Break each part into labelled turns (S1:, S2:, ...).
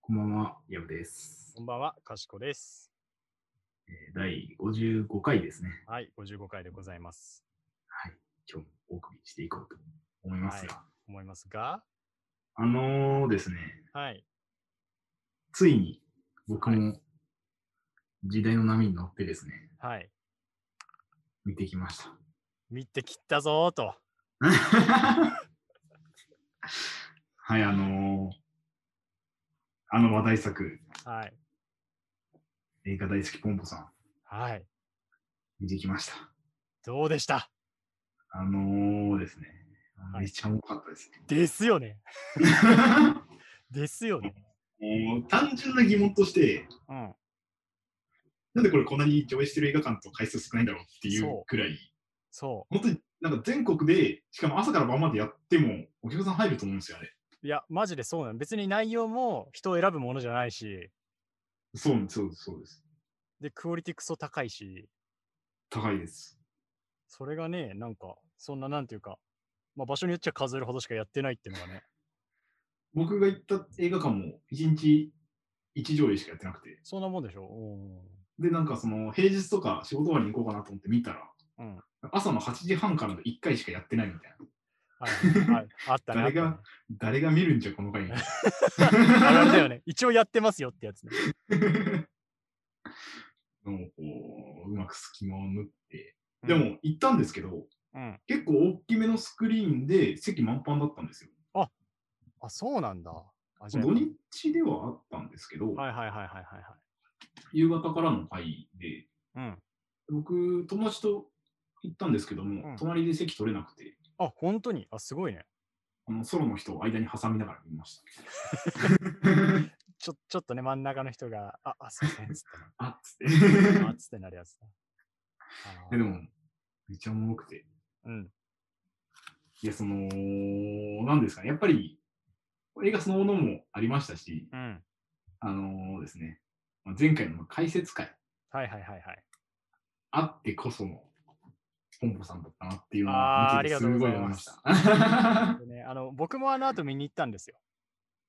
S1: こんばんは、ヤブです。
S2: こんばんは、かしこです。
S1: えー第55回ですね。
S2: はい、55回でございます。
S1: はい。今日もお送りしていこうと思いますが。
S2: 思いますが、
S1: あのーですね、
S2: はい、
S1: ついに僕
S2: は
S1: も時代の波に乗ってですね、
S2: はい、
S1: 見てきました。
S2: 見てきったぞーと。
S1: はい、あのーあの話題作、
S2: はい、
S1: 映画大好きポンポさん、
S2: はい、
S1: 見てきました。
S2: どうでした
S1: あのーですね、
S2: はい
S1: めっちゃ重かったですね。
S2: ですよね。 ですよね。
S1: もう単純な疑問として、
S2: うん、
S1: なんでこれこんなに上映してる映画館と回数少ないんだろうっていうくらい、
S2: そ
S1: 本当になんか全国で、しかも朝から晩までやっても、お客さん入ると思うんですよ、あれ。
S2: う。いや、マジでそうなの。別に内容も人を選ぶものじゃないし、
S1: そうなんです、そうです、そうです。
S2: で、クオリティクソ高いし、
S1: 高いです。
S2: それがね、なんか、そんななんていうか、まあ場所によっちゃ数えるほどしかやってないっていうのがね、
S1: 僕が行った映画館も、1日1上映しかやってなくて、
S2: そんなもんでしょ。うん
S1: で、なんかその、平日とか仕事終わりに行こうかなと思って見たら、
S2: うん
S1: 朝の8時半からの1回しかやってないみたいな。
S2: はい、はい、あったね。あ
S1: 誰
S2: ったね
S1: が、誰が見るんじゃ、この回みたいな。
S2: あ れだよね。一応やってますよってやつね。
S1: のをこううまく隙間を縫って、でも行ったんですけど、
S2: うん。
S1: 結構大きめのスクリーンで席満帆だったんですよ。
S2: あ、そうなんだ。あ、じ
S1: 土
S2: ゃあ
S1: 日ではあったんですけど、
S2: はいはいはいはいはいはい。
S1: 夕方からの会で、
S2: うん。
S1: 僕、友達と行ったんですけども、
S2: うん
S1: 隣で席取れなくて、
S2: あ、本当にあ、すごいね。
S1: あのソロの人を間に挟みながら見ま した。
S2: ちょ、ちょっとね、真ん中の人が、あ、あ、すいません、つ っ
S1: あっつって て
S2: な。あ、つってなるやつだ。あ。
S1: ででも、めっちゃおもろくて。
S2: うん。
S1: いや、その、なんですかね、やっぱり、映画そのものもありましたし、
S2: うん。
S1: あのですね、まあ前回の解説会
S2: はいはいはいはい。
S1: あってこその、ポンポさんだったなっていうの
S2: あー
S1: は、
S2: あ
S1: 見
S2: り
S1: て
S2: が
S1: て
S2: とう
S1: すご
S2: ござ
S1: い
S2: い
S1: 思い
S2: ま
S1: ます した。
S2: でね、あの、僕もあの後見に行ったんですよ。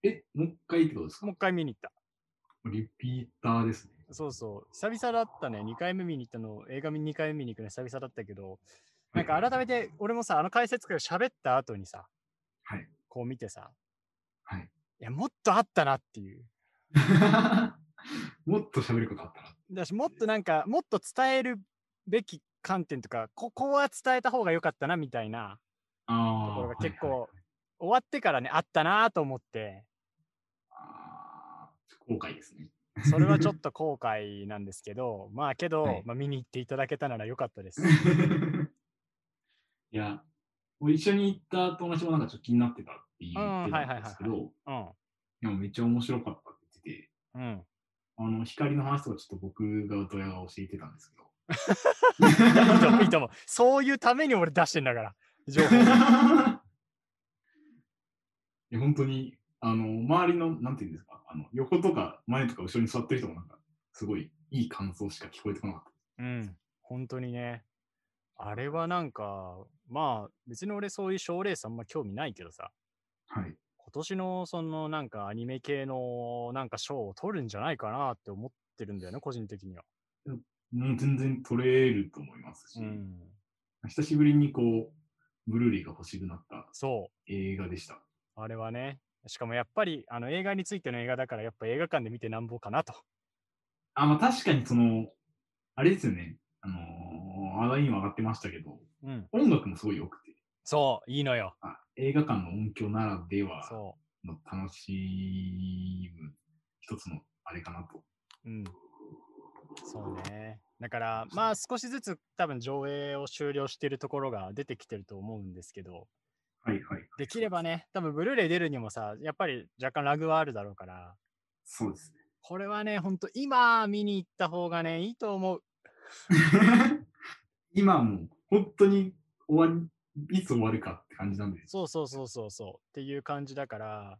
S1: え、もう一回ってことですか
S2: もう一回見に行った。
S1: リピーターですね。
S2: そうそう。久々だったね。2回目見に行ったの、映画見2回目見に行くの久々だったけど、なんか改めて、俺もさ、あの解説から喋った後にさ、
S1: はい
S2: こう見てさ、
S1: はい
S2: いや、もっとあったなっていう。
S1: もっと喋ることあったら。
S2: だし、もっとなんか、もっと伝えるべき観点とか、ここは伝えた方が良かったなみたいなところ
S1: あ
S2: が
S1: あ。
S2: 結
S1: はいはい
S2: 構、終わってからね、あったなと思って、
S1: あー後悔ですね。
S2: それはちょっと後悔なんですけど、まあけど、
S1: はい
S2: まあ見に行っていただけたなら良かったです。
S1: いや、もう一緒に行った友達もなんかちょっと気になってたって言ってたんですけ
S2: うんはいはいはいは
S1: ど、
S2: うん。
S1: でもめっちゃ面白かったって言ってて、
S2: うん。
S1: あの、光の話とかちょっと僕がドヤ顔して言ってたんです けど。
S2: いやいいと思ういいと思う。そういうために俺出してんだから、情 報。
S1: いや本当に、あの、周りの、なんていうんですか、あの横とか前とか後ろに座ってる人もなんか、すごいいい感想しか聞こえてこなかった。
S2: うん。本当にね。あれはなんか、まあ別に俺そういう賞レースあんま興味ないけどさ、
S1: はい。
S2: 今年のそのなんかアニメ系のなんか賞を取るんじゃないかなって思ってるんだよね、個人的には。
S1: うん、全然取れると思いますし、
S2: うん。
S1: 久しぶりにこう、ブルーレイが欲しくなった
S2: そ
S1: 映画でした。
S2: う。あれはね。しかもやっぱりあの映画についての映画だからやっぱ映画館で見てなんぼかなと。
S1: あ、まあ確かにその、あれですよね、あのー、話題にも上がってましたけど、
S2: うん。
S1: 音楽もすごい良くて、
S2: そう、いいのよ。
S1: あ映画館の音響ならでは
S2: そ
S1: の楽しむ一つのあれかなと。
S2: う。うん。そうね。だからまあ少しずつ多分上映を終了しているところが出てきてると思うんですけど、
S1: はいはい。
S2: できればね、多分ブルーレイ出るにもさ、やっぱり若干ラグはあるだろうから、
S1: そうですね。
S2: これはね、ほんと今見に行った方がね、いいと思う。
S1: 今はもう本当に終わり、いつ終わるかって感じなんです。
S2: そうそうそうそうそうっていう感じだから、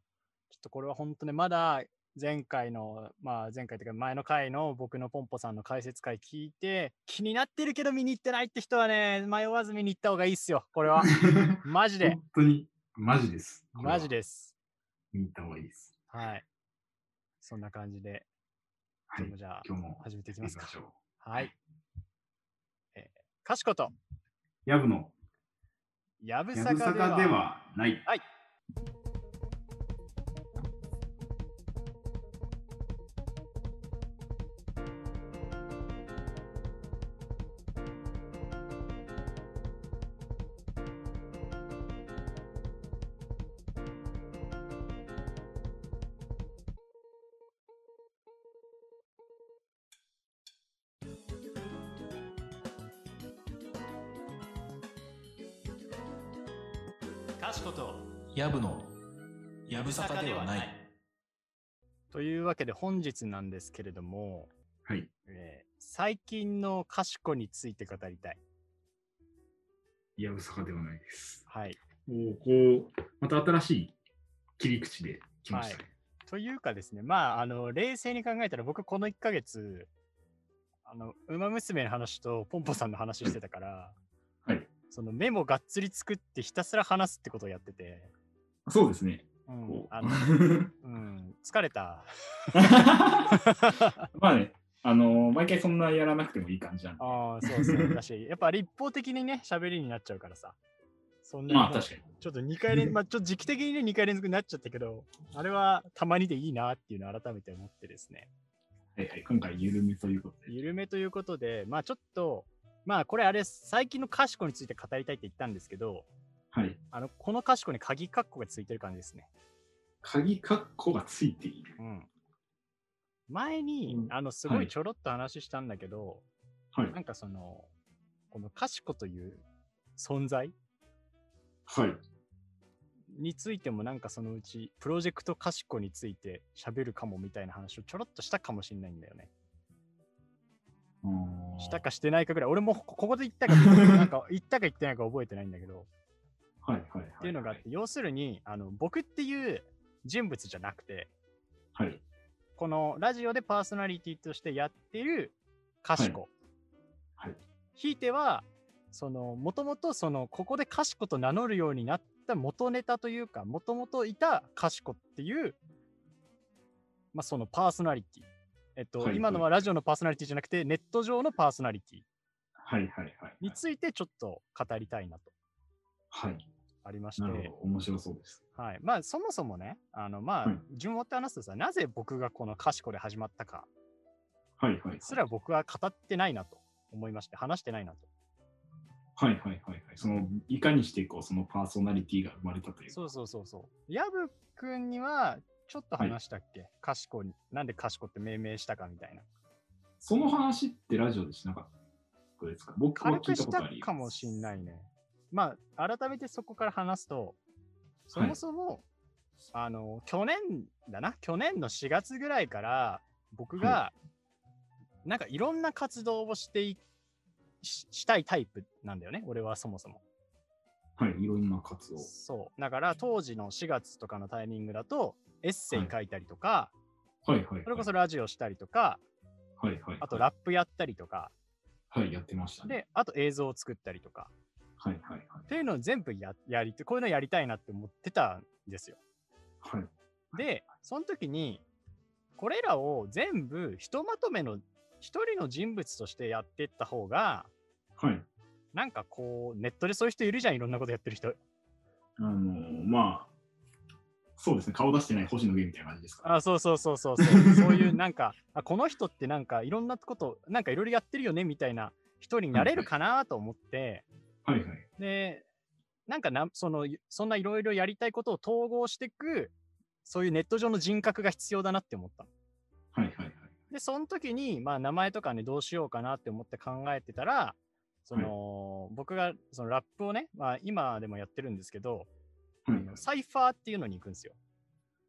S2: ちょっとこれは本当ね、まだ前回の、まあ前回というか前の回の僕のポンポさんの解説会聞いて、気になってるけど見に行ってないって人はね、迷わず見に行った方がいいっすよ、これは。マジで
S1: 本、当に、マジです。
S2: マジ
S1: で。
S2: です。
S1: 見た方がいいです。
S2: はい。そんな感じで、
S1: はい
S2: 今日も。じゃあ、
S1: 今日も
S2: 始めていき
S1: 行
S2: ま
S1: き
S2: す
S1: ま
S2: か。
S1: しょう。
S2: はい。えー、かしこと、
S1: ヤブの
S2: やぶ
S1: や
S2: さ
S1: ぶ
S2: か
S1: さ
S2: で
S1: かで
S2: は、
S1: はない。
S2: かしこと。
S3: やぶのやぶさかではない。
S2: というわけで本日なんですけれども、
S1: はい。
S2: えー最近のかしこについて語りたい。
S1: やぶさかではないです。
S2: はい。
S1: おお、こう、また新しい切り口で来ましたね。
S2: というかですね、まあ、あの、冷静に考えたら僕この1ヶ月、あの、馬娘の話とポンポさんの話してたから、
S1: はい。
S2: そのメモがっつり作ってひたすら話すってことをやってて、
S1: そうですね。
S2: うん
S1: こ、う
S2: あの、 うん、疲れ た。
S1: まあね、あの毎回そんなやらなくてもいい感じなんで。
S2: ああ、そうそう。だし、やっぱり一方的にね、喋りになっちゃうからさ。そんな、
S1: まあ確かに。
S2: ちょっと2回連まあちょっと時期的にね、2回連続になっちゃったけど、あれはたまにでいいなっていうのを改めて思ってですね。
S1: はいはい、今回緩めということで。
S2: 緩めということで、まあちょっと、まあこれあれ、最近のかしこについて語りたいって言ったんですけど、
S1: はい。
S2: あの、このかしこに鍵カッコがついてる感じですね。
S1: 鍵括弧がついている。
S2: うん。前に、
S1: うん
S2: あの、すご
S1: はいい
S2: ちょろっと話したんだけど、
S1: はい
S2: な。んかその、このかしこという存在
S1: はい。
S2: についてもなんかそのうちプロジェクトかしこについて喋るかもみたいな話をちょろっとしたかもしれないんだよね。したかしてないかぐらい俺もこここで言ったか なんか言ったか言ってないか覚えてないんだけど、
S1: はいはいはい。っ
S2: っていうのがあって要するにあの僕っていう人物じゃなくて
S1: はい。
S2: このラジオでパーソナリティとしてやってるかしこ、
S1: はいはい
S2: ひいてはそのもともとそのここでかしこと名乗るようになった元ネタというかもともといたかしこっていう、まあ、そのパーソナリティえっと、
S1: はい
S2: 今のはラジオのパーソナリティじゃなくてネット上のパーソナリティ
S1: はいはいはい。
S2: についてちょっと語りたいなと
S1: はい。
S2: ありまして
S1: なるほど。面白そうです。
S2: はい、まあそもそもねあのまあ、
S1: はい
S2: 順を追って話すとさなぜ僕がこのかしこで始まったか
S1: はいはい。
S2: すら僕は語ってないなと思いまして話してないなと
S1: はいはいはいはい。その、いかにしてこう、そのパーソナリティが生まれたというか。
S2: そうそうそうそう薮くんにはちょっと話したっけ、かしこになんでかしこって命名したかみたいな
S1: その話ってラジオでしなかったですか僕は聞
S2: 軽く
S1: いたこ
S2: し
S1: と
S2: た
S1: あります。
S2: かもしんないねまあ改めてそこから話すとそもそも、あの去年だな去年の4月ぐらいから僕が、なんかいろんな活動をしていししたいタイプなんだよね俺はそもそも
S1: はい。いろんな活動。
S2: そうだから当時の4月とかのタイミングだとエッセ
S1: は
S2: イ
S1: い
S2: 書いたりとか、
S1: はいはい。
S2: それこそラジオしたりとか
S1: はいはい。
S2: あとラップやったりとか
S1: はい、やってましたね。
S2: であと映像を作ったりとか
S1: はいはいはい。
S2: っていうのを全部ややりてこういうのやりたいなって思ってたんですよ
S1: はい。
S2: で、その時に、これらを全部ひとまとめの一人の人物としてやってった方が、
S1: はい。
S2: なんかこう、ネットでそういう人いるじゃん、いろんなことやってる人。
S1: あのーまあ、そうですね、顔出してない星野源みたいな感じですか。
S2: あ、そうそうそうそうそう。そういうなんか、 あこの人ってなんかいろんなこと、なんかいろいろやってるよねみたいな人になれるかなと思って、
S1: はいはい。
S2: で、なんかな、その、そんないろいろやりたいことを統合していく、そういうネット上の人格が必要だなって思ったの。
S1: はいはいはい。
S2: で、その時に、まあ、名前とかね、どうしようかなって思って考えてたら、その、僕が、そのラップをね、まあ、今でもやってるんですけど、
S1: はい、
S2: サイファーっていうのに行くんですよ。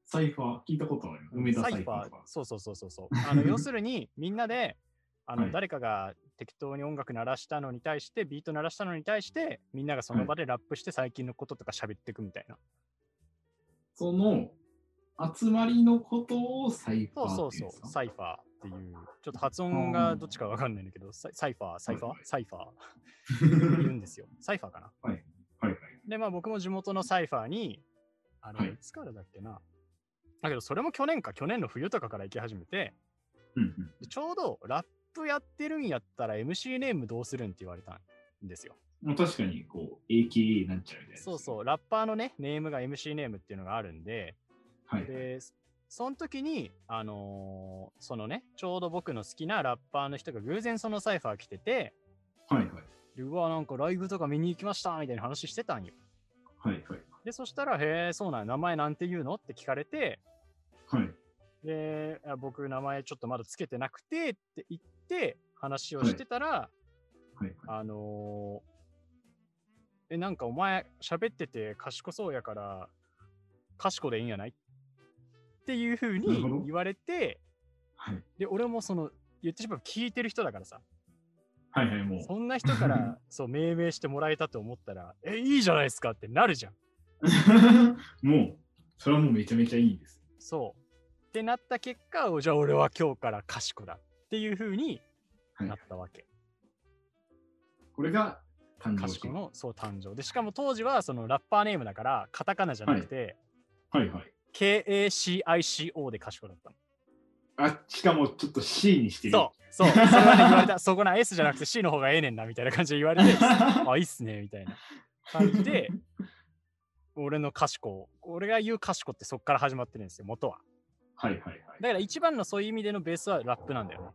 S1: サイファー、聞いたことある。梅田サイファーとか。
S2: そうそうそうそうそう。あ の、要するに、みんなで、あの、
S1: はい
S2: 誰かが適当に音楽鳴らしたのに対して、ビート鳴らしたのに対して、みんながその場でラップして最近のこととか喋っていくみたいな。
S1: その集まりのことをサイファ
S2: そうそ
S1: ーってい んです
S2: うそうう、
S1: か。
S2: サイファーっていう、ちょっと発音がどっちかわかんないんだけど、サイサイファー、サイファー
S1: はい、はい
S2: サイファーって言うんで すよ。サイファーかな。
S1: はいはい。
S2: で、まあ僕も地元のサイファーに、あれ、
S1: はい
S2: いつからだっけな、だけどそれも去年か、去年の冬とかから行き始めて、
S1: うんうん。
S2: でちょうどラップやってるんやったら MC ネームどうするんって言われたんですよ。
S1: まあ、確かに、こう、AKA になっちゃうみたいな。
S2: そうそう、ラッパーのね、ネームが MC ネームっていうのがあるんで、
S1: はい。
S2: で、その時に、あのーそのね、ちょうど僕の好きなラッパーの人が偶然そのサイファー来てて、
S1: はいはい。
S2: でうわ、なんかライブとか見に行きましたみたいな話してたんよ。
S1: はいはい。
S2: で、そしたら、へえ、そうなんや、名前なんて言うのって聞かれて、
S1: はい。
S2: で、あ僕、名前ちょっとまだつけてなくてって言って、話をしてたら、
S1: はいはい。
S2: あのーえ、なんかお前、喋ってて賢そうやから、賢でいいんやないっていうふう
S1: なるほど
S2: に言われて、
S1: はい
S2: で、俺もその、言ってしまえば聞いてる人だからさ、
S1: はいはい、もう。
S2: そんな人からそう命名してもらえたと思ったら、え、いいじゃないですかってなるじゃん。
S1: もう、それはもうめちゃめちゃいいです。
S2: そう。ってなった結果、おじゃあ俺は今日から賢だっていうふうに
S1: はい
S2: なったわけ。
S1: これが、感情
S2: 賢のそう誕生。で、しかも当時はそのラッパーネームだから、カタカナじゃなくて、
S1: はいはい。
S2: KACICO で賢だったの。
S1: あ、しかもちょっと C にしてる。
S2: そう、そう、それはね、言われた、そこな S じゃなくて C の方がええねんなみたいな感じで言われ て、あ、いいっすね、みたいな感じで、俺の賢、俺が言う賢ってそこから始まってるんですよ、元は。
S1: はいはいはい。
S2: だから一番のそういう意味でのベースはラップなんだよね。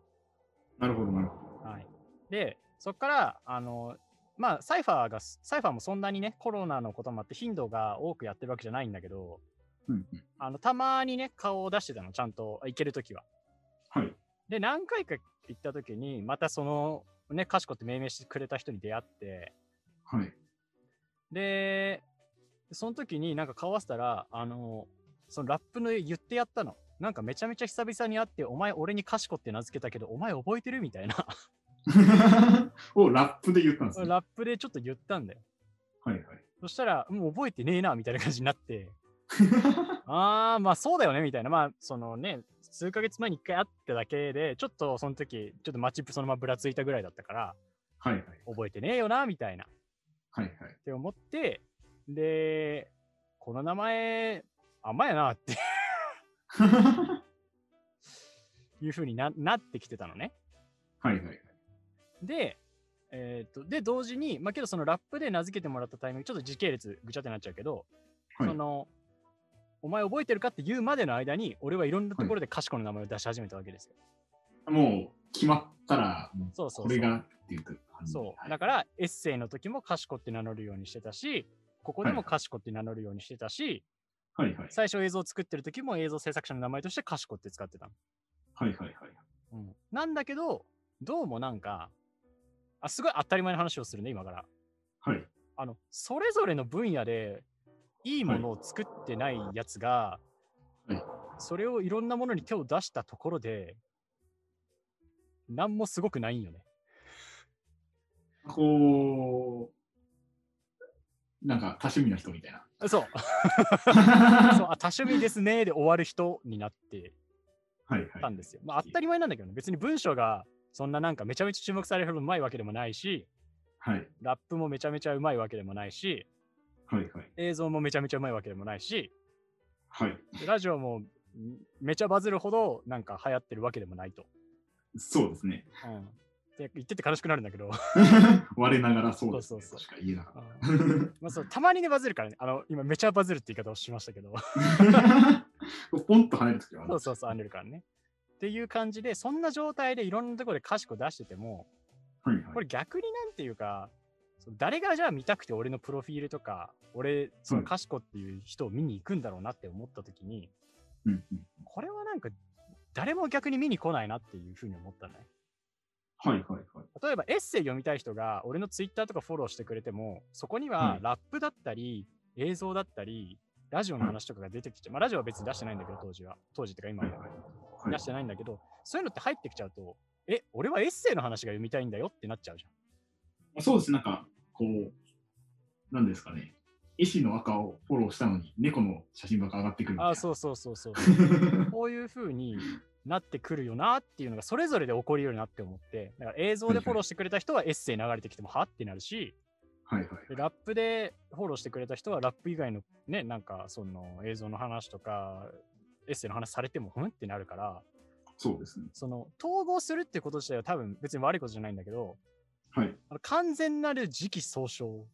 S1: なるほどなるほど。
S2: はい、で、そこから、あの、まあ、サイファーが、サイファーもそんなにね、コロナのこともあって頻度が多くやってるわけじゃないんだけど、
S1: うんうん。
S2: あのたまにね、顔を出してたの、ちゃんと行けるときは。
S1: はい。
S2: で、何回か行った時に、またその、ね、かしこって命名してくれた人に出会って、
S1: はい。
S2: で、その時になんか交わせたら、あの、そのラップの言ってやったの。なんかめちゃめちゃ久々に会って、お前俺にかしこって名付けたけど、お前覚えてるみたいな。
S1: をラップで言ったんですね。
S2: ラップでちょっと言ったんだよ。
S1: はいはい。
S2: そしたら、もう覚えてねえな、みたいな感じになって、あー、まあそうだよね、みたいな。まあ、そのね、数ヶ月前に一回会っただけで、ちょっとその時、ちょっと街そのままぶらついたぐらいだったから、
S1: はいはい。
S2: 覚えてねえよな、みたいな。
S1: はいはい。
S2: って思って、で、この名前、甘やなっていう風にななってきてたのね。
S1: はいはいはい。
S2: で、えーっと、で、同時に、まあけどそのラップで名付けてもらったタイミング、ちょっと時系列ぐちゃってなっちゃうけど、
S1: はい
S2: その、お前覚えてるかって言うまでの間に、俺はいろんなところで賢の名前を出し始めたわけですよ。
S1: もう決まったら、もう
S2: そうそうそう
S1: これがっていう感じ。
S2: そう。
S1: は
S2: だ
S1: い
S2: から、エッセイの時も賢って名乗るようにしてたし、ここでも賢って名乗るようにしてたし、
S1: はいはい。
S2: 最初映像作ってる時も映像制作者の名前として賢って使ってたの
S1: はいはいはい。
S2: うん、なんだけど、どうもなんか、あ、すごい当たり前の話をするね、今から。
S1: はい。
S2: あの、それぞれの分野で、いいものを作ってないやつが、
S1: はい
S2: それをいろんなものに手を出したところで、なんもすごくないんよね。
S1: こう、なんか多趣味な人みたいな。
S2: そう。そう
S1: は
S2: あ、多趣味ですね、で終わる人になって
S1: い はい。
S2: たんですよ。まあ、当たり前なんだけどね、別に文章が、そんななんかめちゃめちゃ注目されるほどうまいわけでもないし、
S1: はい
S2: ラップもめちゃめちゃうまいわけでもないし、
S1: はいはい。
S2: 映像もめちゃめちゃうまいわけでもないし、
S1: はい。
S2: ラジオもんめちゃバズるほどなんか流行ってるわけでもないと。
S1: そうです ね。
S2: うん、って言ってて悲しくなるんだけど、
S1: 我ながらそうです、ね。
S2: そ
S1: と
S2: うそう
S1: しか言えなかっ
S2: う
S1: た。
S2: ん まあそうたまにねバズるからね、あの今めちゃバズるって言い方をしましたけど、
S1: ポンと跳ねるときはある
S2: そうそうそう、あるからね。っていう感じで、そんな状態でいろんなところで賢出してても、
S1: はいはい
S2: これ逆になんていうか、その誰がじゃあ見たくて俺のプロフィールとか、俺、その賢っていう人を見に行くんだろうなって思った時に、
S1: うんうん
S2: これはなんか誰も逆に見に来ないなっていうふうに思ったね。
S1: はいはいはい。
S2: 例えばエッセイ読みたい人が俺のツイッターとかフォローしてくれてもそこに
S1: は
S2: はいラップだったり映像だったりラジオの話とかが出てきて、まあラジオは別に出してないんだけど当時は当時ってか今
S1: はい
S2: は
S1: はい。は
S2: 出
S1: い
S2: してないんだけどそういうのって入ってきちゃうとえ俺はエッセイの話が読みたいんだよってなっちゃうじ
S1: そうです。なんか、こう、なんですかね。医師の赤をフォローしたのに、猫の写真ばっか上がってくるみ
S2: ゃ
S1: たい
S2: んあ
S1: な。
S2: あそうそうそうそう
S1: は
S2: こういう風になってくるよなっていうのがそれぞれで起こるようになって思ってだから映像でフォローしてくれた人はエッセイ流れてきてもはってなるし
S1: いはい。
S2: でラップでフォローしてくれた人はラップ以外のね、なんかその映像の話とかエッセイの話されても、ふんってなるから、
S1: そうですね。
S2: その、統合するってこと自体は多分別に悪いことじゃないんだけど、
S1: はい。
S2: あの完全なる時期総称。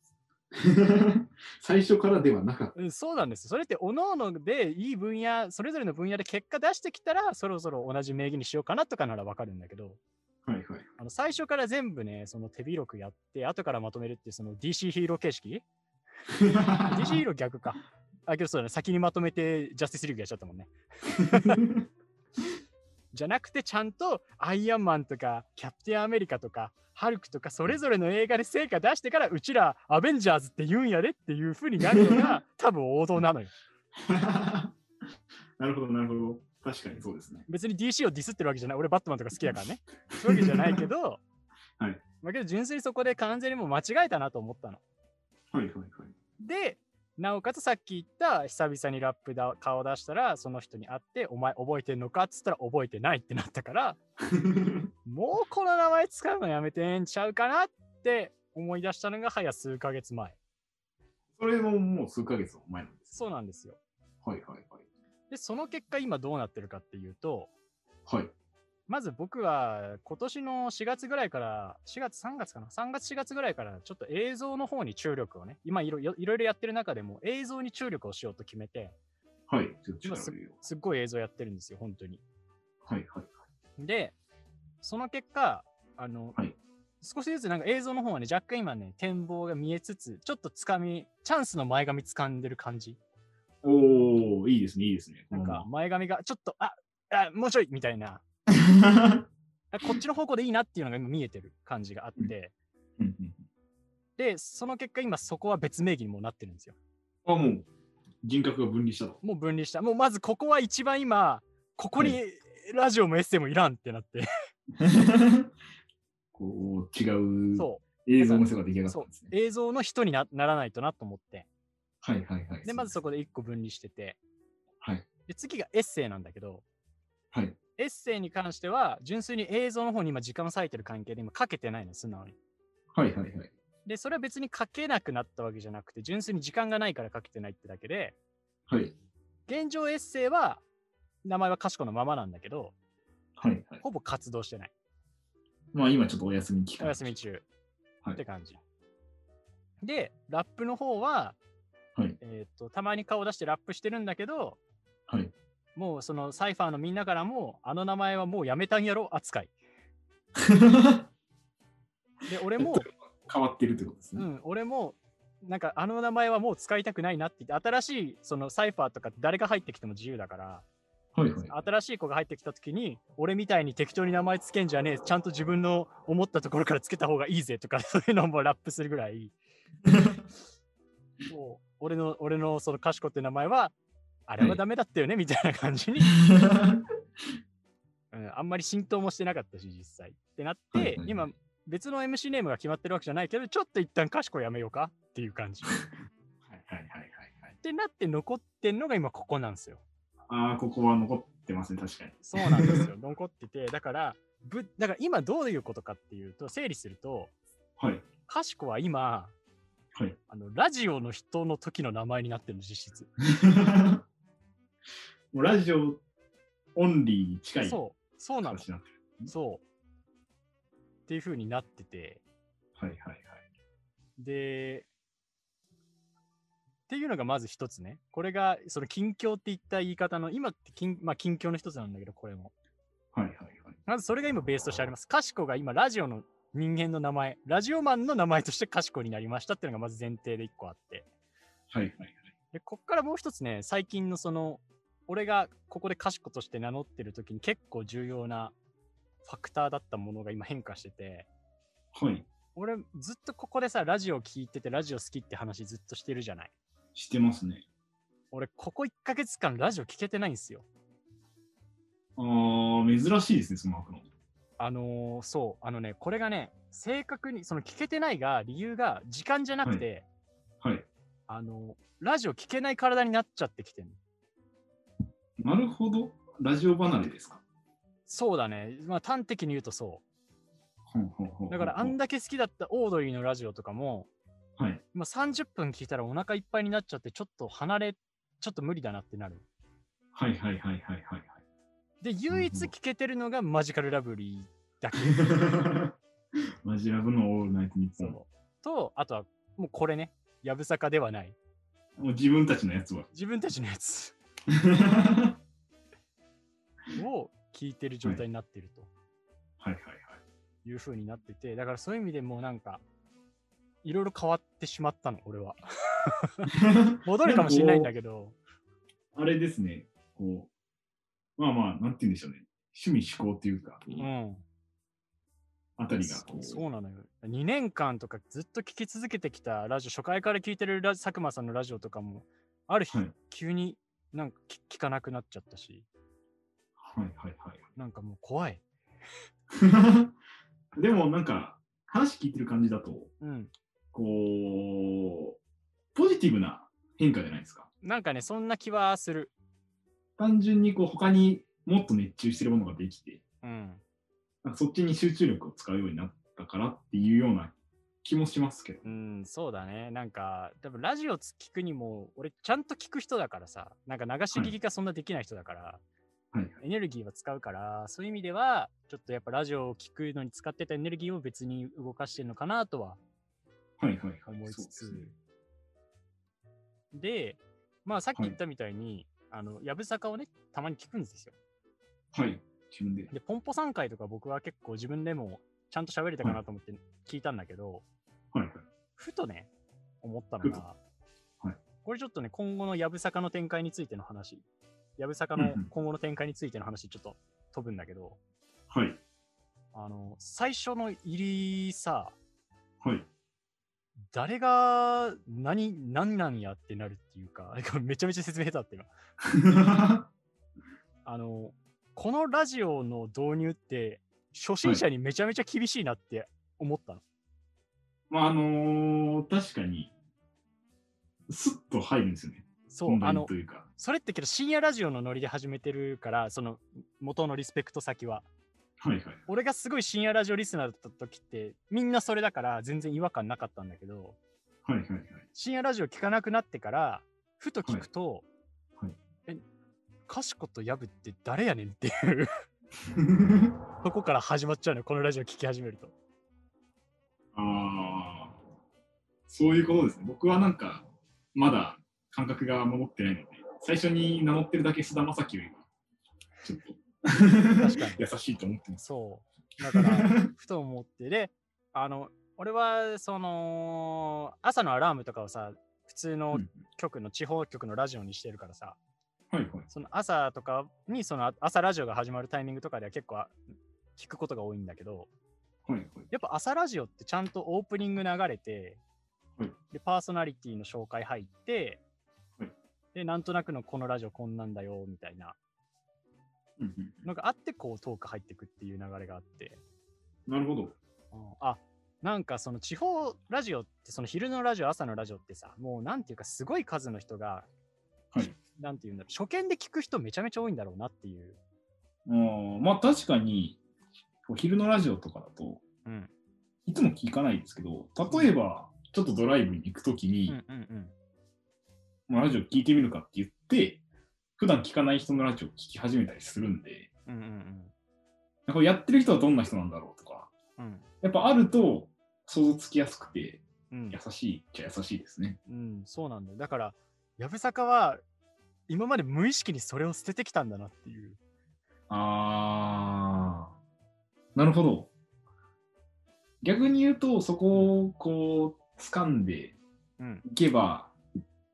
S1: 最初からではなかった。
S2: うん、そうなんですよ。それって、各々でいい分野、それぞれの分野で結果出してきたら、そろそろ同じ名義にしようかなとかならわかるんだけど、
S1: はいはい。
S2: あの最初から全部ね、その手広くやって、後からまとめるっていう、その DC ヒーロー形式 ?DC ヒーロー逆か。あ、けどそうだね。先にまとめて、ジャスティスリーグやっちゃったもんね。 じゃなくて、ちゃんとアイアンマンとか、キャプテンアメリカとか、ハルクとか、それぞれの映画で成果出してから、うちらアベンジャーズって言うんやでっていう風になるの が、多分王道なのよ。
S1: なるほど、なるほど。確かにそうですね。
S2: 別に DC をディスってるわけじゃない。俺、バットマンとか好きだから ね。そういうわけじゃないけど、
S1: はい
S2: まあけど純粋にそこで完全にもう間違えたなと思ったの。
S1: はいはいはい。
S2: で、なおかつさっき言った久々にラップだ顔出したらその人に会ってお前覚えてんのかっつったら覚えてないってなったからもうこの名前使うのやめてんちゃうかなって思い出したのが早数ヶ月前
S1: それももう数ヶ月前なんです。
S2: そうなんですよ
S1: はいはいはい。
S2: でその結果今どうなってるかっていうと
S1: はい。
S2: まず僕は今年の4月ぐらいから4月3月かな3月4月ぐらいからちょっと映像の方に注力をね今いろいろいろいろやってる中でも映像に注力をしようと決めて
S1: はい。ちょっと力を入れよう。
S2: すっごい映像やってるんですよ本当に
S1: はいはい。
S2: で、その結果、あの、
S1: はい
S2: 少しずつなんか映像の方はね、若干今ね、展望が見えつつ、ちょっとつかみ、チャンスの前髪掴んでる感じ。
S1: おー、いいですね、いいですね。
S2: なんか前髪がちょっと、ああもうちょいみたいな、
S1: うん
S2: あこっちの方向でいいなっていうのが今見えてる感じがあって、
S1: うんうん
S2: で、その結果今そこは別名義にもうなってるんですよ。
S1: あ、もう人格が分離 したと。
S2: もう分離した。もうまずここは一番今、ここにラジオもエッセイもいらんってなって。
S1: こう、違う
S2: そ
S1: 映像の世が出来上が
S2: う。
S1: った
S2: そうん
S1: です。ね。
S2: 映像の人になならないとなと思って。
S1: はいはいはい。
S2: で、まずそこで1個分離してて、
S1: はい
S2: で次がエッセイなんだけど、
S1: はい。
S2: エッセイに関しては、純粋に映像の方に今時間を割いてる関係で今かけてないの、素直に。
S1: はいはいはい。
S2: で、それは別にかけなくなったわけじゃなくて、純粋に時間がないからかけてないってだけで、
S1: はい
S2: 現状エッセイは、名前はかしこのままなんだけど、
S1: はいはい。
S2: ほぼ活動してない。
S1: まあ今ちょっとお休み期
S2: お
S1: 間。
S2: 休み中
S1: はい
S2: って感じ。で、ラップの方は、
S1: はい
S2: えーっと、たまに顔出してラップしてるんだけど、
S1: はい。
S2: もうそのサイファーのみんなからも、あの名前はもうやめたんやろ扱い。で、俺も、
S1: 変わってるってことです
S2: う
S1: ね。
S2: ん、俺も、なんかあの名前はもう使いたくないなって言って、新しいそのサイファーとか誰が入ってきても自由だから、
S1: はいはい。
S2: 新しい子が入ってきた時に、俺みたいに適当に名前つけんじゃねえ、ちゃんと自分の思ったところからつけた方がいいぜとか、 そういうのもラップするぐ らい、もう俺の、俺のその賢って名前は、あれはダメだったよね、みたいな感じに、 うん、あんまり浸透もしてなかったし、実際。ってなって、
S1: はいはいはい
S2: 今、別の MC ネームが決まってるわけじゃないけど、ちょっと一旦賢やめようかっていう感じ。
S1: はいはいはいはいはい。
S2: ってなって残ってんのが今ここなんですよ。
S1: ああ、ここは残ってますね、確かに。
S2: そうなんです よ。残ってて、だから、ぶだから今どういうことかっていうと、整理すると、
S1: はい。
S2: かしこは今、
S1: はい
S2: あのラジオの人の時の名前になってるの、実質。
S1: もうラジオオンリーに近い
S2: そう、そうなの。
S1: 形になってる。
S2: そう。っていう風になってて、
S1: はいはいはい。
S2: で、っていうのがまず一つね。これが、その近況って言った言い方の、今って近、まあ、近況の一つなんだけど、これも。
S1: はいはいはい。
S2: まずそれが今ベースとしてあります。かしこが今ラジオの人間の名前、ラジオマンの名前としてかしこになりましたっていうのがまず前提で一個あって。
S1: はいはいはい。
S2: で、こっからもう一つね、最近のその、俺がここでかしことして名乗ってる時に結構重要なファクターだったものが今変化してて、
S1: はい。
S2: 俺ずっとここでさ、ラジオ聞いててラジオ好きって話ずっとしてるじゃない。
S1: 知ってますね。
S2: 俺ここ1ヶ月間ラジオ聞けてないんですよ。
S1: ああ、珍しいですね、その枠の。
S2: あのーそう、あのね、これがね、正確に、その聞けてないが理由が時間じゃなくて、
S1: はい。
S2: あの、ラジオ聞けない体になっちゃってきてる。
S1: なるほど。ラジオ離れですか。
S2: そうだね。まあ端的に言うとそ
S1: ほんほんほんほ
S2: う。だからあんだけ好きだったオードリーのラジオとかも、
S1: はい。
S2: 今30分聞いたらお腹いっぱいになっちゃって、ちょっと離れ、ちょっと無理だなってなる。
S1: はいはいはいはいはいはい。
S2: で、唯一聞けてるのがマジカルラブリーだけ。
S1: マジラブのオールナイトニッポン。
S2: そうと、あとはもうこれね、やぶさかではない。
S1: もう自分たちのやつ は。
S2: 自分たちのやつ
S1: は
S2: を聞いてる状態になってると
S1: いはいはい。
S2: いう風になってて、だからそういう意味でもうなんか、いろいろ変わってしまったの、俺は。戻るかもしれないんだけど、
S1: あれですね、こう、まあまあ、なんて言うんでしょうね。趣味思考っていうか、
S2: うん。
S1: あたりがこう。
S2: そうなのよ。2年間とかずっと聞き続けてきたラジオ、初回から聞いてるラ佐久間さんのラジオとかも、ある日
S1: はい、
S2: 急になんか聞聞かなくなっちゃったし、
S1: はいはいはい。
S2: なんかもう怖い。
S1: でもなんか話聞いてる感じだと
S2: うん。
S1: こうポジティブな変化じゃないですか
S2: なんかね、そんな気はする。
S1: 単純にこう他にもっと熱中してるものができて
S2: うん。
S1: なんかそっちに集中力を使うようになったからっていうような気もしますけど
S2: うん、そうだね。なんか、多分ラジオつ聞くにも、俺、ちゃんと聞く人だからさ、なんか流し聞きがそんなできない人だから、
S1: はいはい
S2: エネルギーは使うから、そういう意味では、ちょっとやっぱラジオを聞くのに使ってたエネルギーを別に動かしてるのかなとは。
S1: はいはいはい
S2: 思いつつ
S1: そうですね
S2: で、まあさっき
S1: はい
S2: 言ったみたいに、あの、やぶさかをね、たまに聞くんですよ。
S1: はい自分で
S2: で、ポンポ3回とか僕は結構自分でもちゃんと喋れたかなと思って聞いたんだけど、
S1: はいはい
S2: ふとね、思ったのが、
S1: とはい
S2: これちょっとね、今後のやぶさかの展開についての話、やぶさか
S1: うん
S2: の
S1: うん
S2: 今後の展開についての話、ちょっと飛ぶんだけど、
S1: はい
S2: あの、最初の入りさ、
S1: はい
S2: 誰が何、何なんやってなるっていうか、めちゃめちゃ説明下手だって今。 あの、このラジオの導入って、初心者にめちゃめちゃ厳しいなって思ったの。
S1: まああのー確かにスッと入るんですよね
S2: そう
S1: 本、
S2: あ
S1: 題
S2: の
S1: と、いうか
S2: それってけど深夜ラジオのノリで始めてるから、その元のリスペクト先は。
S1: はいはい
S2: 俺がすごい深夜ラジオリスナーだった時って、みんなそれだから全然違和感なかったんだけど、
S1: はいはいはい
S2: 深夜ラジオ聞かなくなってから、ふと聞くと、
S1: はいはい
S2: え、かしことやぶって誰やねんっていう とこから始まっちゃうのよ、このラジオ聞き始めると。
S1: ああ、そういうことですね。僕はなんか、まだ感覚が戻ってないので、最初に名乗ってるだけ菅田将暉を今、ちょっと
S2: 確かに
S1: 優しいと思ってます。
S2: そう。だから、ふと思って。で、あの、俺は、その、朝のアラームとかをさ、普通の
S1: うん
S2: 局の、地方局のラジオにしてるからさ、
S1: はいはい。
S2: その朝とかに、その朝ラジオが始まるタイミングとかでは結構あ聞くことが多いんだけど、
S1: はいはい。
S2: やっぱ朝ラジオってちゃんとオープニング流れて、
S1: はい
S2: で、パーソナリティの紹介入って、
S1: はい
S2: で、なんとなくのこのラジオこんなんだよ、みたいな
S1: うんうん
S2: のがあって、こうトーク入ってくっていう流れがあって。
S1: なるほど。
S2: うんあなんかその地方ラジオってその昼のラジオ朝のラジオってさもうなんていうかすごい数の人が、
S1: はい
S2: なんていうんだろう初見で聞く人めちゃめちゃ多いんだろうなっていう、
S1: あーまあ確かに、お昼のラジオとかだと、
S2: うん、
S1: いつも聞かないんですけど、例えば、ちょっとドライブに行くとき
S2: う
S1: に、
S2: んうんうん
S1: まあラジオ聞いてみるかって言って、普段聞かない人のラジオ聞き始めたりするんで、
S2: うんうん
S1: なんかやってる人はどんな人なんだろうとか、
S2: うん
S1: やっぱあると想像つきやすくて
S2: うん
S1: 優しいっちゃ優しいですね。
S2: うんそうなんだよだからやぶさかは今まで無意識にそれを捨ててきたんだなっていう
S1: あー、なるほど。逆に言うと、そこをこう、掴んで
S2: うん、
S1: いけば、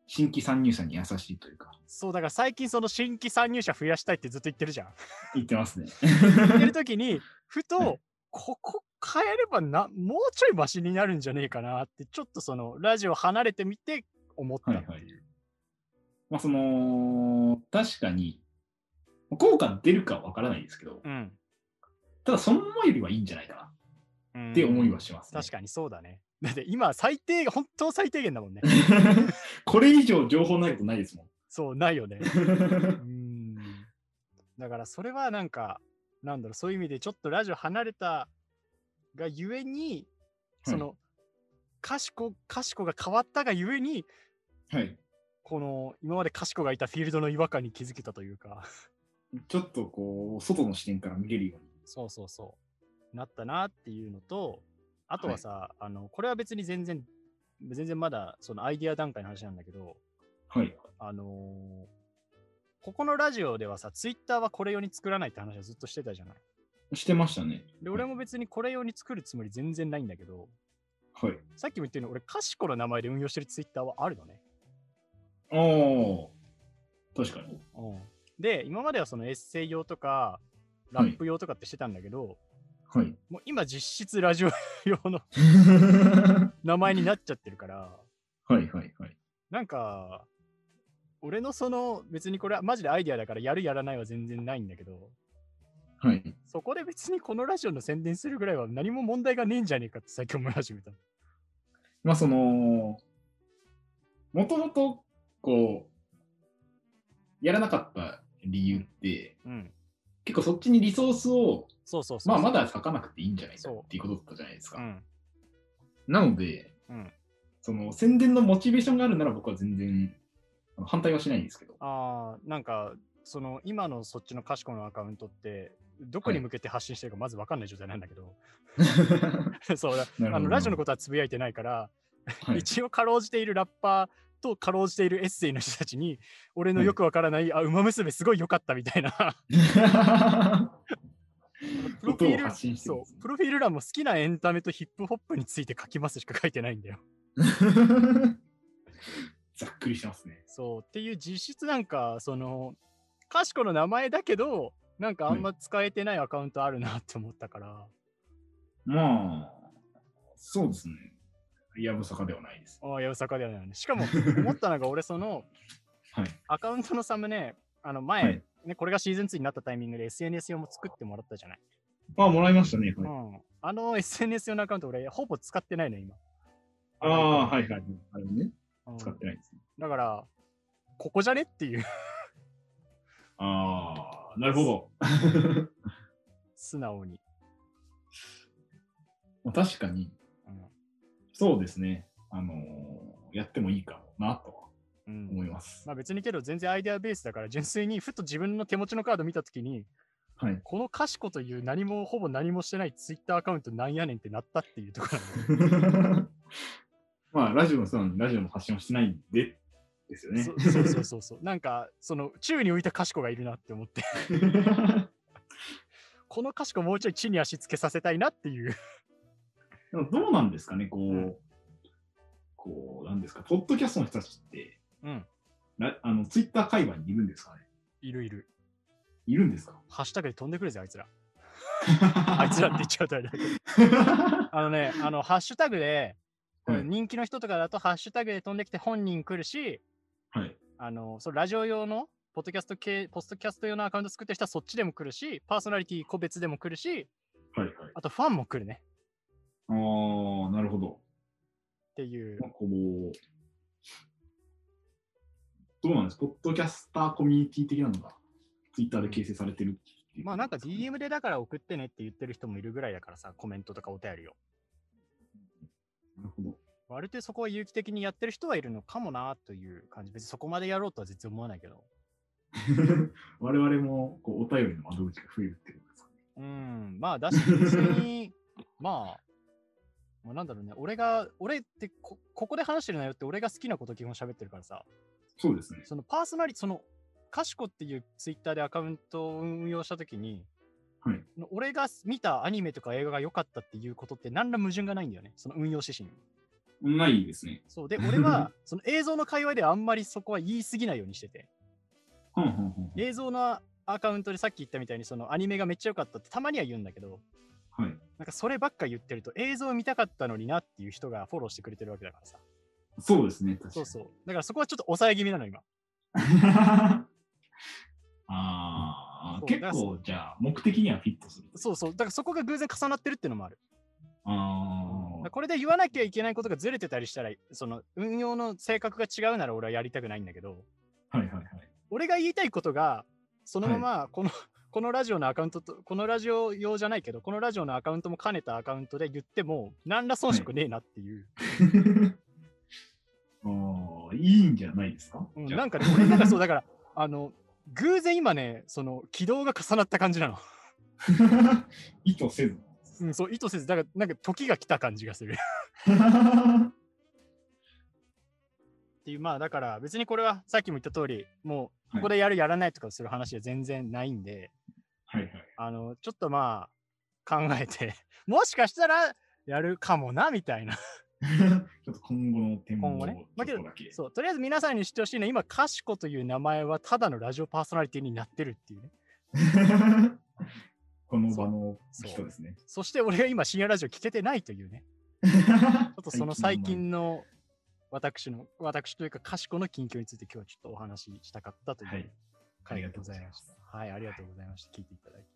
S1: 新規参入者に優しいというか、
S2: そうだから最近その新規参入者増やしたいってずっと言ってるじゃん
S1: 言ってますね。
S2: 言ってる時にふ
S1: は
S2: とここ変えればなもうちょいマシになるんじゃねえかなってちょっとそのラジオ離れてみて思ったっていう、
S1: はいまあ、その、確かに、効果出るかわからないですけど、
S2: うん
S1: ただそのままよりはいいんじゃないかな
S2: うん
S1: って思いはします、ね
S2: 確かにそうだねだって今最低本当最低限だも んね
S1: これ以上情報ないことないですもん。
S2: そうな いよねうんだからそれはなんかなんだろうそういう意味でちょっとラジオ離れたがゆえにその、かしこかしこが変わったがゆえに
S1: はい。
S2: ここの今まで賢がいたフィールドの違和感に気づけたというか、
S1: ちょっとこう、外の視点から見れるように。
S2: そうそうそう、なったなっていうのと、あとはさ、あの、これは別に全然、全然まだそのアイディア段階の話なんだけど、
S1: はい。
S2: あのーここのラジオではさ、ツイッターはこれ用に作らないって話をずっとしてたじゃない。
S1: してましたね。
S2: で、俺も別にこれ用に作るつもり全然ないんだけど、
S1: はい。
S2: さっきも言ったように俺、かしこの名前で運用してるツイッターはあるのね。
S1: ああ、確かに。
S2: で、今まではそのエッセイ用とか、ラップ用とかってしてたんだけど、
S1: はい。
S2: もう今実質ラジオ用の名前になっちゃってるから、
S1: はいはいはい。
S2: なんか、俺のその別にこれはマジでアイディアだからやるやらないは全然ないんだけど、
S1: はい。
S2: そこで別にこのラジオの宣伝するぐらいは何も問題がねえんじゃねえかって最近思い始めた。
S1: まあその、もともと、こう、やらなかった理由って、
S2: うん。
S1: 結構そっちにリソースを、
S2: そうそうそう。
S1: まあまだ書かなくていいんじゃないか
S2: そう
S1: っていうことだったじゃないです
S2: う
S1: か。
S2: ん。
S1: なので、
S2: うん。
S1: その宣伝のモチベーションがあるなら僕は全然あの反対はしないんですけ ど。
S2: ああ、なんか、その今のそっちのかしこのアカウントって、どこに向けて発信してるかまず分かんない状態なんだけど、 そうだ
S1: なるほど
S2: あのラジオのことはつぶやいてないから、
S1: はい、
S2: 一応かろうじているラッパーとかろうじているエッセイの人たちに俺のよくわからない、あ馬娘すごい良かったみたいな プロフ
S1: こと
S2: ィ
S1: を
S2: ール
S1: 発信してるん
S2: そ
S1: です
S2: うプロフィール欄も好きなエンタメとヒップホップについて書きますしか書いてないんだ よ
S1: ね ざっくりしてますね。
S2: そうっていう実質なんかそのかしこの名前だけどなんかあんま使えてないアカウントあるなって思ったから、
S1: まあ、そうですね。やぶさかではないです。
S2: ああやぶさかではないよねし かも思ったのが俺その
S1: はい。
S2: アカウントのサムネあの前、
S1: はい
S2: ね、これがシーズン2になったタイミングで SNS 用も作ってもらったじゃない
S1: あ、もらいましたね。はい、
S2: うん、あの SNS 用のアカウント俺ほぼ使ってないの今。
S1: ああ、はいはい。あれね、
S2: うん
S1: 使ってないですね。
S2: だから、ここじゃねっていう
S1: ああ、なるほ
S2: 素直に。
S1: ど。確かに、
S2: うん
S1: そうですね。あのーやってもいいかなとは
S2: うん
S1: 思います。
S2: まあ、別にけど全然アイデアベースだから純粋にふと自分の手持ちのカード見たときに
S1: はい。
S2: このかしこという何もほぼ何もしてないツイッターアカウントなんやねんってなったっていうところなんだよ
S1: まあ、ラジオのそうラジオの発信をしてないんで、ですよね。
S2: そそうそうそうそうなんかその宙に浮いたかしこがいるなって思ってこのかしこもうちょい地に足つけさせたいなっていう
S1: でもどうなんですかね、こう、
S2: うん
S1: こう、なんですか、ポッドキャストの人たちって、
S2: うん
S1: なあのツイッター界隈にいるんですかね
S2: いるいる
S1: いるんですか
S2: ハッシュタグで飛んでくるぜあいつらあ
S1: あ
S2: いつらって言っちゃう とあれだけど あのね、あの、ハッシュタグで、
S1: はい
S2: 人気の人とかだと、ハッシュタグで飛んできて本人来るし、
S1: はい。
S2: あの、そのラジオ用の、ポッドキャスト系、ポッドキャスト用のアカウント作ってる人はそっちでも来るし、パーソナリティ個別でも来るし、
S1: はいはい。
S2: あとファンも来るね。
S1: ああ、なるほど。
S2: っていう
S1: ま。あこう、どうなんですかポッドキャスターコミュニティ的なのが、ツイッターで形成されてるっていう
S2: まあなんか
S1: ことですね
S2: DM でだから送ってねって言ってる人もいるぐらいだからさ、コメントとかお便りを。
S1: なるほど。
S2: 割とそこは有機的にやってる人はいるのかもなという感じ。別にそこまでやろうとは絶対思わないけど。
S1: 我々もこうお便りの窓口が増えるっていうことですかね
S2: うん、まあ、だし、別に、 まあ、まあ、なんだろうね、俺が、俺ってこ、ここで話してる内容って、俺が好きなこと基本喋ってるからさ、
S1: そうですね。
S2: そのパーソナリティ、その、かしこっていうツイッターでアカウントを運用したときに、
S1: はい
S2: その俺が見たアニメとか映画が良かったっていうことって、何ら矛盾がないんだよね、その運用指針に。
S1: ないですね。
S2: そ うで、俺は、その映像の界隈ではあんまりそこは言い過ぎないようにしてて、
S1: はんはんは
S2: 映像のアカウントでさっき言ったみたいに、そのアニメがめっちゃ良かったって、たまには言うんだけど、
S1: んはい。
S2: なんかそればっか言ってると映像を見たかったのになっていう人がフォローしてくれてるわけだからさ。
S1: そうですね。確かに
S2: そうそう。だからそこはちょっと抑え気味なの今。
S1: ああ
S2: そ
S1: ー、
S2: う
S1: 結構じゃあ、目的にはフィットする。
S2: そうそう。だからそこが偶然重なってるっていうのもある。だ
S1: あ
S2: から
S1: あ、
S2: これで言わなきゃいけないことがずれてたりしたら、その運用の性格が違うなら俺はやりたくないんだけど、
S1: はいはいはい。
S2: 俺が言いたいことがそのままこの、 このラジオのアカウントと、このラジオ用じゃないけど、このラジオのアカウントも兼ねたアカウントで言っても、何ら遜色ねえなっていう。
S1: あーいいんじゃないですか、
S2: うん、
S1: じゃあ
S2: なんかね、俺なんかそう、だから、あの、偶然今ね、その軌道が重なった感じなの。
S1: 意図せず。
S2: うん、そう、意図せず、だから、なんか時が来た感じがする。っていう、まあだから、別にこれはさっきも言った通り、もう、ここでやる、やらないとかする話は全然ないんで、
S1: はいはい。
S2: あの、ちょっとまあ、考えて、 もしかしたら、やるかもな、みたいな。
S1: ちょっと今後の展望
S2: 今後
S1: を
S2: ね
S1: ちょっとだけ。
S2: そう、とりあえず皆さんに知ってほしいのは、今、かしこという名前は、ただのラジオパーソナリティになってるっていうね。
S1: この場の
S2: そう
S1: 人ですね。
S2: そして、俺が今、深夜ラジオ聞けてないというね。
S1: ち
S2: ちょっとその最。近の私の、私というか、かしこの近況について今日はちょっとお話ししたかったとい
S1: は
S2: う
S1: い。あ
S2: 回
S1: り
S2: で
S1: がとう
S2: ご
S1: ご
S2: ざ
S1: ざ
S2: い
S1: い
S2: ま
S1: ますす。
S2: はい、ありがとうございました。聞いていただいて。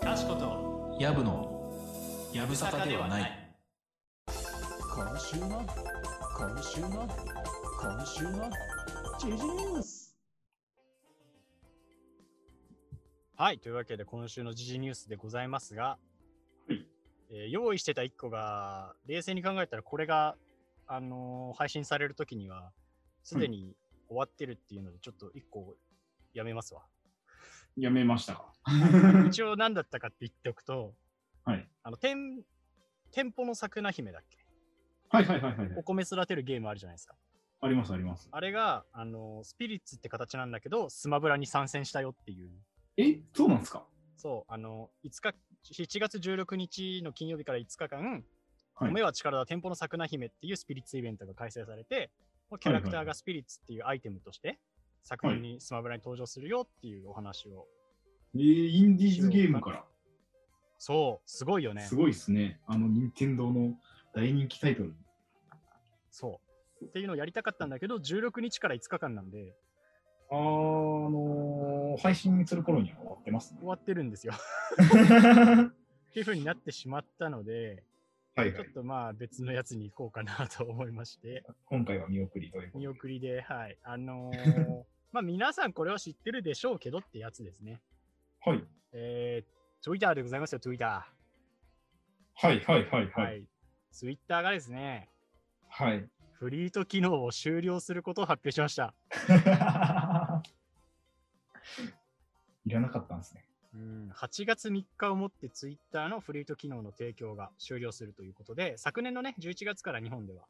S3: かしことやぶのやぶさかではない
S4: 今週の今週の今週のジジニュース
S2: はい、というわけで今週の時事ニュースでございますが、
S1: はい
S2: えー用意してた1個が、冷静に考えたらこれが、あのー配信されるときには、すでに終わってるっていうので、ちょっと1個やめますわ。
S1: やめましたか。
S2: 一応何だったかって言っておくと、
S1: はい
S2: あの店店舗の桜姫だっけ
S1: はいはいはいはいは
S2: お
S1: い。
S2: 米育てるゲームあるじゃないですか。
S1: ありますあります。
S2: あれが、あのースピリッツって形なんだけど、スマブラに参戦したよっていう。
S1: え、そうなんですか
S2: そう、あの、5日、7月16日の金曜日から5日間、
S1: はい
S2: 米は力だ、店舗の桜姫っていうスピリッツイベントが開催されて、もうキャラクターがスピリッツっていうアイテムとして、作品にスマブラに登場するよっていうお話を。
S1: えーインディーズゲームか
S2: そう、すごいよ
S1: ら。
S2: ね
S1: す。ごいですね。あの、任天堂の大人気タイトル。
S2: そう。っていうのをやりたかったんだけど、16日から5日間なんで、
S1: あーあのー配信する頃には終わってますね
S2: 終。わってるんですよ。 っていう風になってしまったので、
S1: はい
S2: ち
S1: は
S2: ょ
S1: い
S2: っ。とまあ別のやつに行こうかなと思いまして。
S1: 今回は見送りということ
S2: 見
S1: で。
S2: 送りで、はい。あ のーまあ皆さんこれは知ってるでしょうけどってやつですね。
S1: はい。
S2: えー、Twitter でございますよ、Twitter。
S1: はいはいはい
S2: は
S1: はい。
S2: い。Twitter がですね、
S1: はい。
S2: フリート機能を終了することを発表しました。
S1: いらなかったんですね。
S2: うん、8月3日をもって Twitter のフリート機能の提供が終了するということで、昨年のね、11月から日本では、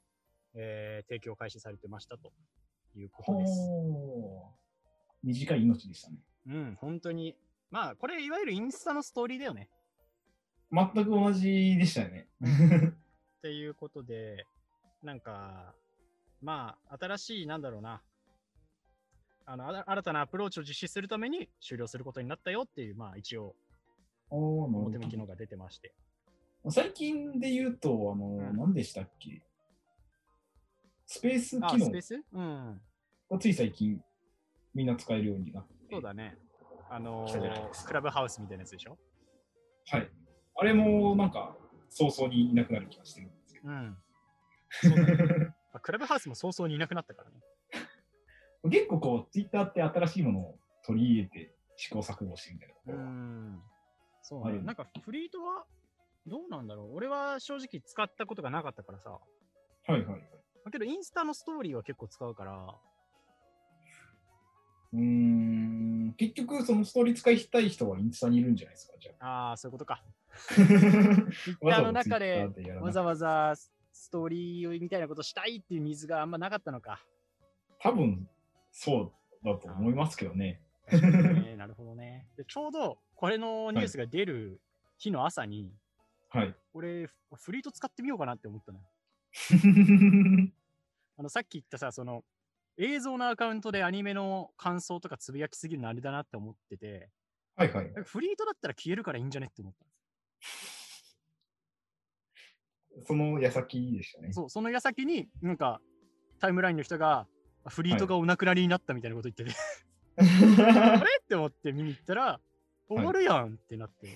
S2: えー提供開始されてましたということです。
S1: ほう。短い命でしたね。
S2: うん、本当に。まあ、これいわゆるインスタのストーリーだよね。
S1: 全く同じでしたよね。
S2: っていうことで、なんか、まあ、新しい、なんだろうな、あの、あら新たなアプローチを実施するために終了することになったよっていう、まあ、一応、
S1: おーなるほ
S2: 表
S1: ど
S2: 向きのが出てまして。
S1: 最近で言うと、あの、
S2: うん
S1: 何でしたっけスペース機
S2: あ、スペー
S1: 能
S2: スうん、
S1: がつい最近みんな使えるようになって。
S2: そうだね。あの
S1: 来たじゃないで
S2: ー、クラブハウスみたいなやつでしょ
S1: はい。あれもなんか早々にいなくなる気がしてるんですけ
S2: うん。
S1: ど。
S2: まあクラブハウスも早々にいなくなったからね。
S1: 結構こう、ツイッターって新しいものを取り入れて試行錯誤してみたいなとこ
S2: う
S1: ろが
S2: ん。そうね。
S1: はい
S2: なんか、フリートは、どうなんだろう。俺は正直使ったことがなかったからさ。
S1: はいはいはい。
S2: だけど、インスタのストーリーは結構使うから、
S1: うーん、結局そのストーリー使いたい人はインスタにいるんじゃないですか、じゃあ。
S2: ああ、そういうことか。 ツイッ
S1: わ
S2: ター
S1: ざわ
S2: の
S1: ざ Twitter
S2: 中で
S1: やらな
S2: わ
S1: くて
S2: ざわざストーリーみたいなことしたいっていうニーズがあんまなかったのか。
S1: 多分そうだと思いますけどね。
S2: ねなるほどねで。ちょうどこれのニュースが出る日の朝に、
S1: はい。
S2: 俺、フフリート使ってみようかなって思ったのよ。あの、さっき言ったさ、その、映像のアカウントでアニメの感想とかつぶやきすぎるのあれだなって思ってて、
S1: はいはい。
S2: フリートだったら消えるからいいんじゃねって思ったんです
S1: その矢先でしたね。
S2: そう、その矢先に、なんか、タイムラインの人が、あフリートがお亡くなりになったみたいなこと言ってて、あれって思って見に行ったら、終わるやんってなって、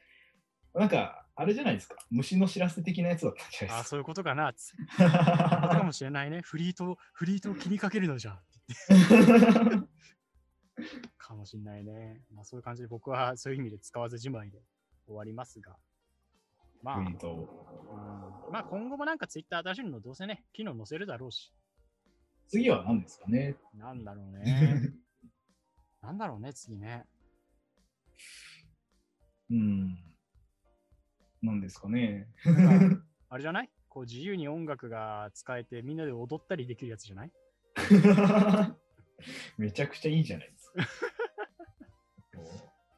S1: なんか、あれじゃないですか。虫の知らせ的なやつだったんじゃない
S2: あ
S1: で
S2: あ、
S1: す
S2: そういうことかな、つってことか
S1: か。
S2: もしれないね。フリート、フリートを気にかけるのじゃん。 かもしれないね。まあそういう感じで僕はそういう意味で使わずじまいで終わりますが。まあ、
S1: う
S2: うん
S1: んと
S2: まあ今後もなんかツイッター新しいのどうせね、機能載せるだろうし。
S1: 次は何ですかね。
S2: なんだろう ね。なんだろうね、次ね。
S1: うん。なんですかね。
S2: なんかあれじゃないこう自由に音楽が使えてみんなで踊ったりできるやつじゃない
S1: めちゃくちゃいいじゃないです か。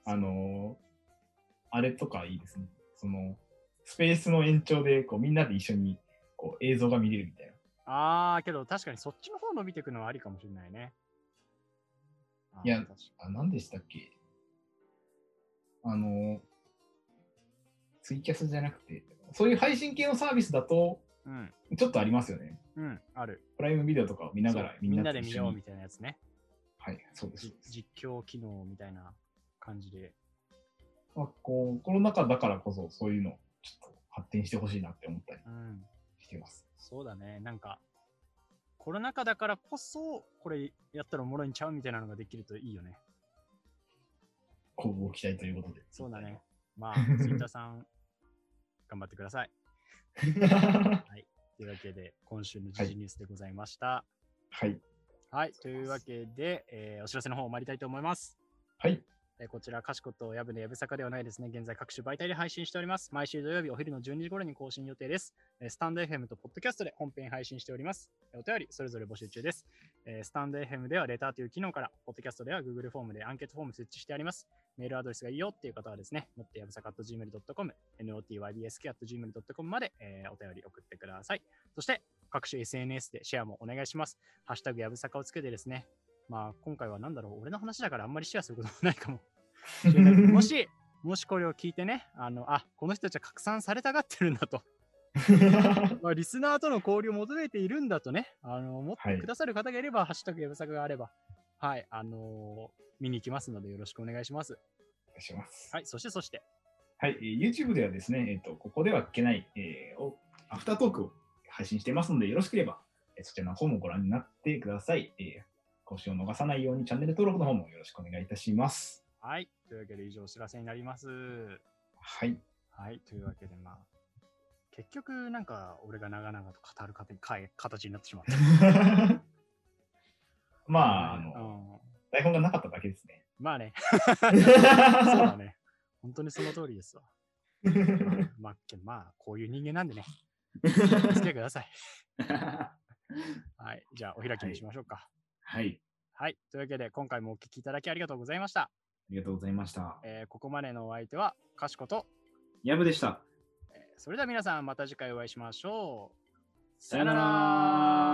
S1: あのーあれとかいいですね。その、スペースの延長で、こう、みんなで一緒に、こう、映像が見れるみたいな。
S2: ああ、けど確かにそっちの方伸びてくのはありかもしれないね。あー
S1: いや
S2: 確かに
S1: あ、何でしたっけあの、ツイキャスじゃなくて、そういう配信系のサービスだと、
S2: うん、
S1: ちょっとありますよね。
S2: うん、ある。
S1: プライムビデオとかを見ながら
S2: そう
S1: み
S2: み
S1: ん
S2: んな
S1: な
S2: で
S1: と
S2: 見
S1: 一
S2: よ
S1: 緒
S2: う
S1: に。
S2: みたいなやつね。
S1: はい、そうです。
S2: じ実況機能みたいな感じで。
S1: まあ、こう、コロナ禍だからこそ、そういうの、ちょっと発展してほしいなって思ったり
S2: うん、
S1: してます。
S2: そうだね。なんか、コロナ禍だからこそ、これやったらおもろいんちゃうみたいなのができるといいよね。
S1: こうご期待ということで。
S2: そうだね。まあ、ツイッターさん、頑張ってください。というわけで、今週の時事ニュースでございました。
S1: はい。
S2: はい、というわけで、えーお知らせの方を参りたいと思います。
S1: はい。
S2: えーこちら、かしことやぶのやぶさかではないですね。現在、各種媒体で配信しております。毎週土曜日お昼の12時頃に更新予定です。えースタンド FM とポッドキャストで本編配信しております。えーお便り、それぞれ募集中です。えースタンド FM ではレターという機能から、ポッドキャストでは Google フォームでアンケートフォーム設置してあります。メールアドレスがいいよっていう方はですね、もってやぶさか .gmail.com、notybsk.gmail.com まで、えーお便り送ってください。そして、各種 SNS でシェアもお願いします。ハッシュタグやぶさかをつけてですね、まあ、今回はなんだろう、俺の話だからあんまりシェアすることもないかも。しれないも し、もしこれを聞いてね、あの、あ、この人たちは拡散されたがってるんだと、 まあ、リスナーとの交流を求めているんだとね、あの、思ってくださる方がいれば、ハッシュタグやぶさかがあれば、はい、あのー見に行きますのでよろしくお願いします。
S1: お願いします。
S2: はい、そしてそして、
S1: はい、えー YouTube ではですね、えっ、と、ここでは聞けない、えーおアフタートークを配信してますので、よろしければ、えーそちらの方もご覧になってください。えー、更新を逃さないようにチャンネル登録の方もよろしくお願いいたします。
S2: はい、というわけで以上お知らせになります。
S1: はい。
S2: はい、というわけでまあ、結局なんか俺が長々と語る方に回形になってしまった。
S1: まあ、あの、
S2: うん
S1: 台本がなかっただけですね。
S2: まあね、そう
S1: は
S2: だね。本当にその通りですわ。まあ、けどまあ、こういう人間なんでね、 お付き合いください。 はい、じゃあお開きにしましょうか。
S1: い。
S2: はい、というわけで今回もお聞きいただきありがとうございました。
S1: ありがとうございました。
S2: えーここまでのお相手は、かしこと、
S1: やぶでした。
S2: えーそれでは皆さんまた次回お会いしましょう。
S1: さよなら